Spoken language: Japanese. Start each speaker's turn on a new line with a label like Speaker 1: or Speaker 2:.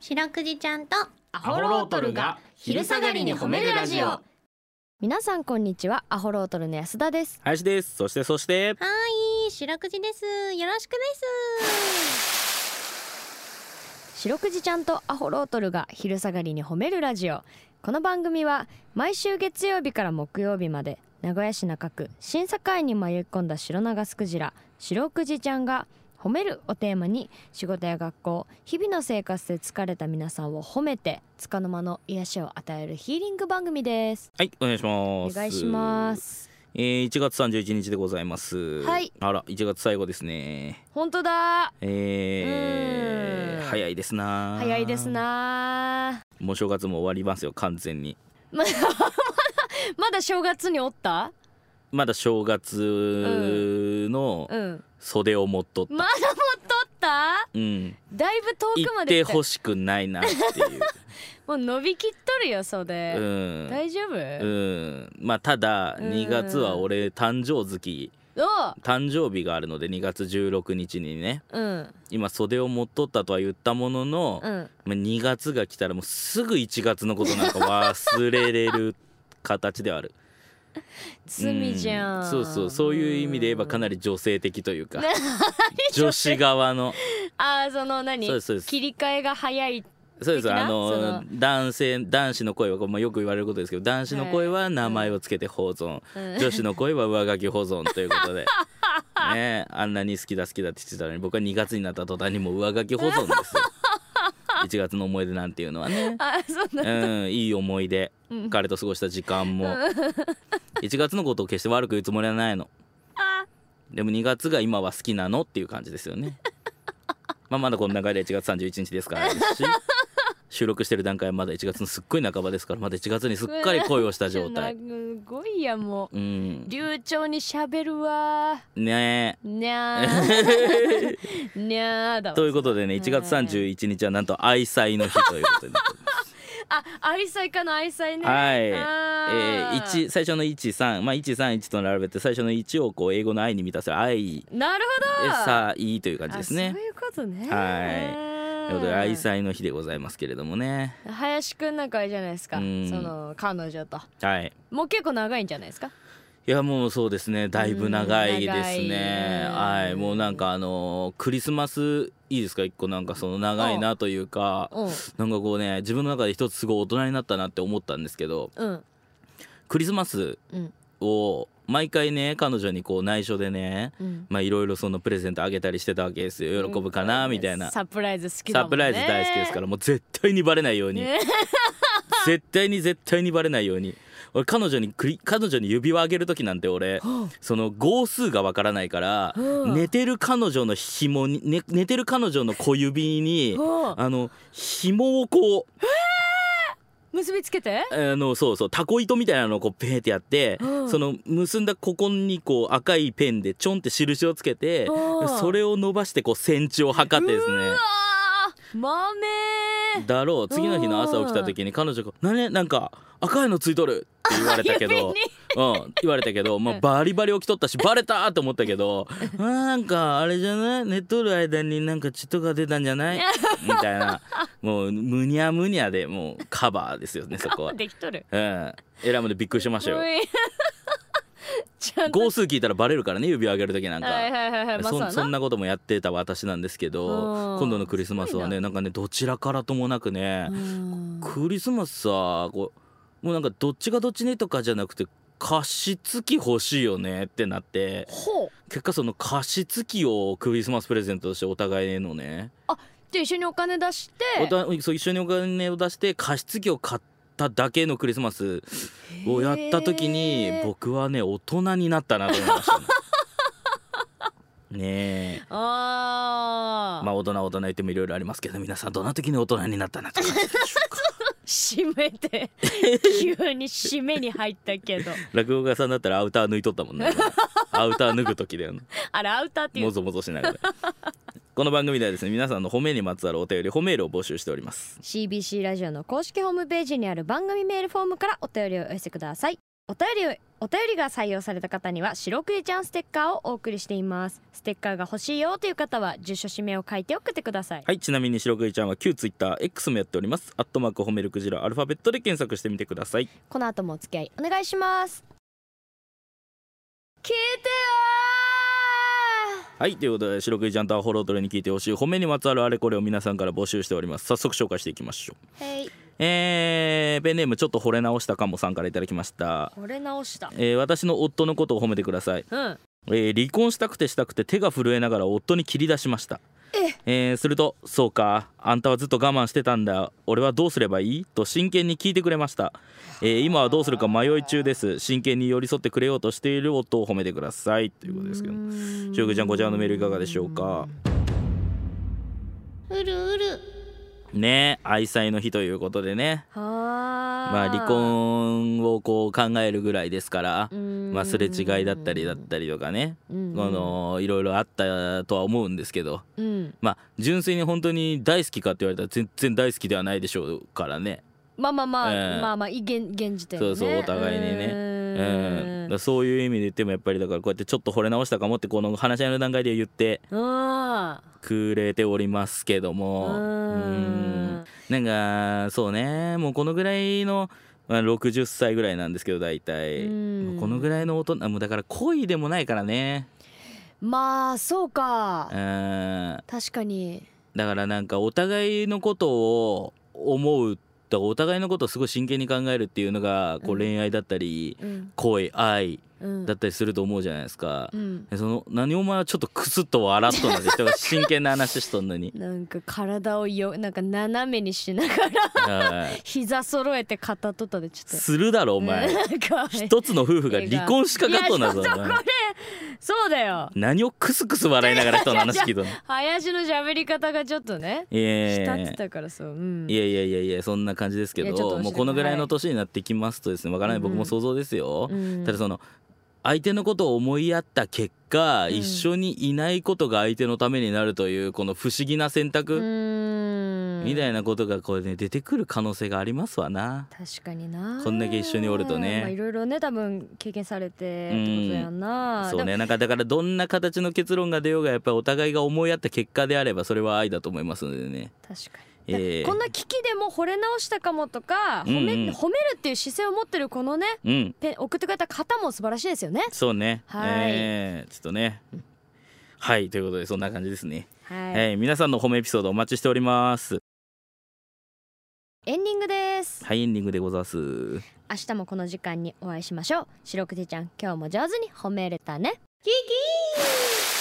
Speaker 1: 白くじちゃんとア
Speaker 2: ホロートルが昼下がりに褒めるラジオ
Speaker 3: 皆さんこんにちはアホロートルの安田です
Speaker 4: 林ですそしてそして
Speaker 1: はい白くじですよろしくです
Speaker 3: 白くじちゃんとアホロートルが昼下がりに褒めるラジオこの番組は毎週月曜日から木曜日まで名古屋市中区審査会に迷い込んだ白長スクジラ白くじちゃんが褒めるをテーマに仕事や学校日々の生活で疲れた皆さんを褒めて束の間の癒しを与えるヒーリング番組です
Speaker 4: はいお願いし
Speaker 3: お
Speaker 4: ます
Speaker 3: 願いします
Speaker 4: えー、1月31日でございます
Speaker 3: はい
Speaker 4: あら1月最後ですね
Speaker 3: 本当だ
Speaker 4: え
Speaker 3: うー
Speaker 4: ー
Speaker 3: ん
Speaker 4: 早いですな
Speaker 3: 早いですな
Speaker 4: もう正月も終わりますよ完全に
Speaker 3: まだまだ正月におった
Speaker 4: まだ正月の
Speaker 3: うん
Speaker 4: 袖を持っとっ
Speaker 3: まだ持っとった
Speaker 4: うん、行
Speaker 3: だいぶ遠くま
Speaker 4: っ
Speaker 3: で
Speaker 4: て
Speaker 3: 行った
Speaker 4: ほしくないなってい う
Speaker 3: もう伸びきっとるよ
Speaker 4: う
Speaker 3: 袖、
Speaker 4: ん
Speaker 3: 大丈夫、
Speaker 4: うんまあただ
Speaker 3: うん
Speaker 4: 2月は俺誕生月誕生日があるので2月16日にね
Speaker 3: おうん
Speaker 4: 今袖を持っとったとは言ったものの、
Speaker 3: うん
Speaker 4: まあ2月が来たらもうすぐ1月のことなんか忘れれる形ではある
Speaker 3: 罪じゃん、
Speaker 4: うそうそうそういう意味で言えばかな
Speaker 3: り
Speaker 4: り女性的という か女子側の
Speaker 3: ああその何
Speaker 4: そうですそうです
Speaker 3: 切り替えが早い
Speaker 4: そうです
Speaker 3: 的な
Speaker 4: あ
Speaker 3: そ
Speaker 4: の
Speaker 3: の
Speaker 4: 男性男子の声は、まあ、よく言われることですけど男子の声は名前をつけて保存、
Speaker 3: うん
Speaker 4: 女子の声は上書き保存ということ でねえあんなに好きだ好きだって言ってたのに僕は2月になった途端にもう上書き保存です よ1月の思い出なんていうのはね
Speaker 3: あーそんな
Speaker 4: うん、いい思い出、彼と過ごした時間も1月のことを決して悪く言うつもりはないのでも2月が今は好きなのっていう感じですよ ねまあまだこの中で1月31日ですからです し収録してる段階はまだ1月のすっごい半ばですからまだ1月にすっかり恋をした状態
Speaker 3: すごいやも
Speaker 4: うん
Speaker 3: う流暢にしゃべるわ
Speaker 4: ね
Speaker 3: にゃ ーにゃー
Speaker 4: え
Speaker 3: だわ
Speaker 4: ということでね1月31日はなんと愛妻の日という ことで
Speaker 3: あ愛妻家の愛妻
Speaker 4: はい、
Speaker 3: ね
Speaker 4: え
Speaker 3: あ
Speaker 4: ー、
Speaker 3: ー
Speaker 4: 1最初の13まあ131と並べて最初の1をこう英語の愛に見たせる愛
Speaker 3: なるほ
Speaker 4: で
Speaker 3: ど
Speaker 4: さあいいという感じです
Speaker 3: あ
Speaker 4: ね
Speaker 3: そう。いうことね。
Speaker 4: はいということで愛妻の日でございますけれどもね。
Speaker 3: 林くんなんかあれじゃないですか。
Speaker 4: う
Speaker 3: そ
Speaker 4: ん
Speaker 3: の彼女と。
Speaker 4: はい。
Speaker 3: もう結構長いんじゃないですか。
Speaker 4: いやもうそうですねだいぶ長いですね
Speaker 3: うん長い
Speaker 4: はいもうなんかあのークリスマスいいですか一個なんかその長いなというか
Speaker 3: うん。
Speaker 4: なんかこうね自分の中で一つすごい大人になったなって思ったんですけど
Speaker 3: うん。
Speaker 4: クリスマス
Speaker 3: うん。
Speaker 4: を毎回ね彼女にこう内緒でね
Speaker 3: うん。
Speaker 4: まあいろいろそのプレゼントあげたりしてたわけですよ喜ぶかなみたいな
Speaker 3: サプライズ好きだ
Speaker 4: サ
Speaker 3: も
Speaker 4: プ
Speaker 3: んね。
Speaker 4: ライズ大好きですからもう絶対にバレないように絶対に絶対にバレないように俺彼女にクリ彼女に指輪あげる時なんて俺その号数がわからないから
Speaker 3: うん
Speaker 4: 寝てる彼女の紐に、ね、寝てる彼女の小指に
Speaker 3: うん
Speaker 4: あの紐をこう
Speaker 3: 結びつけて。
Speaker 4: あのそうそうタコ糸みたいなのをこうペーってやって、
Speaker 3: うん
Speaker 4: その結んだここにこう赤いペンでちょんって印をつけて
Speaker 3: うん
Speaker 4: それを伸ばしてこうセンチを測ってですね。
Speaker 3: うわー。豆ー。
Speaker 4: だろう次の日の朝起きた時に彼女が「何なんか赤いのついとる」って言われ たけ
Speaker 3: 指
Speaker 4: ど
Speaker 3: に。
Speaker 4: うん、言われたけど、まあ、バリバリ起きとったしバレたと思ったけ どあーなんかあれじゃない寝とる間になんか血とか出たんじゃないみたいなもうむにゃむにゃでもうカバーですよね そこは。
Speaker 3: できとる。
Speaker 4: うん、えらいもんでびっくりしましたよ。
Speaker 3: うい ちゃんと。
Speaker 4: 号数聞いたらバレるからね指を上げる時なんか。
Speaker 3: はいはいはいはい。ま
Speaker 4: そ
Speaker 3: あそうんや
Speaker 4: そん
Speaker 3: な。
Speaker 4: なこともやってた私なんですけ
Speaker 3: う
Speaker 4: ど
Speaker 3: ん
Speaker 4: 今度のクリスマスはね
Speaker 3: すごいな
Speaker 4: なんかねどちらからともなくね、
Speaker 3: うん
Speaker 4: クリスマスさこうもうなんかどっちがどっちねとかじゃなくて加湿器欲しいよねってなって
Speaker 3: ほう。
Speaker 4: 結果その加湿器をクリスマスプレゼントとしてお互いのね、
Speaker 3: じゃあ一緒にお金出して。
Speaker 4: おたそう一緒にお金を出して加湿器を買っただけのクリスマスをやった時に
Speaker 3: へー
Speaker 4: 僕はね大人になったなと思いましたね。 ねえ
Speaker 3: ああ。
Speaker 4: まあ大人大人言ってもいろいろありますけど皆さんどんな時に大人になったなとか
Speaker 3: 締め て急に締めに入ったけど
Speaker 4: 落語家さんだったらアウター抜いとったも んねアウター脱ぐ時だよね
Speaker 3: あれアウターってい
Speaker 4: も
Speaker 3: う
Speaker 4: ぞもぞしな がらこの番組ではですね皆さんの褒めにまつわるお便り褒めールを募集しております
Speaker 3: CBC ラジオの公式ホームページにある番組メールフォームからお便りをお寄せくださいお便りをお便りが採用された方には白クエちゃんステッカーをお送りしていますステッカーが欲しいよという方は住所氏名を書いて送ってください
Speaker 4: はいちなみに白クイちゃんは旧ツイッター X もやっておりますアットマーク褒めるクジラアルファベットで検索してみてください
Speaker 3: この後もお付き合いお願いします聞いてよ
Speaker 4: はいということで白クイちゃんとアホロートレに聞いてほしい褒めにまつわるあれこれを皆さんから募集しております早速紹介していきましょう
Speaker 1: はい。
Speaker 4: えー、ペンネームちょっと惚れ直したかもさんからいただきました
Speaker 3: これ直した
Speaker 4: えー私の夫のことを褒めてください
Speaker 3: うん
Speaker 4: えー離婚したくてしたくて手が震えながら夫に切り出しましたえーすると「そうかあんたはずっと我慢してたんだ俺はどうすればいい?」と真剣に聞いてくれました、えー今はどうするか迷い中です真剣に寄り添ってくれようとしている夫を褒めてくださいということですけどしょうぐちゃんこちらのメールいかがでしょうか
Speaker 1: うるうる。
Speaker 4: ねえ愛妻の日ということでね
Speaker 3: は
Speaker 4: まあ離婚をこう考えるぐらいですから、まあ、すれ違いだったりだったりとかね、
Speaker 3: こ
Speaker 4: あのいろいろあったとは思うんですけど
Speaker 3: うん
Speaker 4: まあ純粋に本当に大好きかって言われたら全然大好きではないでしょうからね
Speaker 3: まあまあまあ、
Speaker 4: ええ
Speaker 3: まあまあい現現時点で、
Speaker 4: そ
Speaker 3: ね、
Speaker 4: うそうお互いにねうん、だか
Speaker 3: う
Speaker 4: らそういう意味で言ってもやっぱりだからこうやってちょっと惚れ直したかもってこの話し合いの段階で言って
Speaker 3: ーん
Speaker 4: くれておりますけども
Speaker 3: うーん
Speaker 4: うんなんかそうねもうこのぐらいの、まあ、60歳ぐらいなんですけど大体
Speaker 3: うん
Speaker 4: もうこのぐらいの大人もうだから恋でもないからね
Speaker 3: まあそうか
Speaker 4: うん
Speaker 3: 確かに
Speaker 4: だからなんかお互いのことを思うとお互いのことをすごい真剣に考えるっていうのがこ
Speaker 3: う
Speaker 4: うん恋愛だったり
Speaker 3: うん
Speaker 4: 恋愛
Speaker 3: うん
Speaker 4: だったりすると思うじゃないですか
Speaker 3: う。ん。
Speaker 4: でその何お前はちょっとクスッと笑っとんので人が真剣な話しとんのに
Speaker 3: なんか体をよなんか斜めにしながら
Speaker 4: は い
Speaker 3: 膝揃えて肩とったでちょっと
Speaker 4: するだろお前
Speaker 3: なんか
Speaker 4: 一つの夫婦が離婚しかかっとんだぞ
Speaker 3: いやちょ
Speaker 4: お
Speaker 3: っと
Speaker 4: 前
Speaker 3: これそうだよ
Speaker 4: 何をクスクス笑いながら人の話聞い とんの
Speaker 3: 林の喋り方がちょっとね
Speaker 4: いやい
Speaker 3: 浸
Speaker 4: や
Speaker 3: っ
Speaker 4: い
Speaker 3: て
Speaker 4: や
Speaker 3: たからそううん
Speaker 4: いやいやいやいやそんな感じですけ
Speaker 3: いやちょっと
Speaker 4: ど
Speaker 3: お知ら
Speaker 4: も
Speaker 3: せ
Speaker 4: うこのぐらいの年になってきますとですねわからない僕も想像ですよ。
Speaker 3: うん
Speaker 4: ただその相手のことを思いやった結果、
Speaker 3: ん
Speaker 4: 一緒にいないことが相手のためになるというこの不思議な選
Speaker 3: う
Speaker 4: 択
Speaker 3: ーん
Speaker 4: みたいなことがこれね出てくる可能性がありますわな。
Speaker 3: 確かにな
Speaker 4: こんだけ一緒におるとね
Speaker 3: まあいろいろね多分経験されてってことやんな
Speaker 4: そう
Speaker 3: でも
Speaker 4: ねなんかだからどんな形の結論が出ようがやっぱりお互いが思いやった結果であればそれは愛だと思いますのでね。
Speaker 3: 確かに、
Speaker 4: ええ
Speaker 3: こんな危機でも惚れ直したかもとか褒め,、
Speaker 4: うんうん
Speaker 3: 褒めるっていう姿勢を持ってるこのね
Speaker 4: うん
Speaker 3: ペン送ってくれた方も素晴らしいですよね
Speaker 4: そうね。
Speaker 3: はい
Speaker 4: えーちょっとね。はいということでそんな感じですね。
Speaker 3: はい、
Speaker 4: はい、皆さんの褒めエピソードお待ちしております。
Speaker 3: エンディングです
Speaker 4: はいエンディングでございます。
Speaker 3: 明日もこの時間にお会いしましょう白くじちゃん今日も上手に褒めれたね
Speaker 1: キキー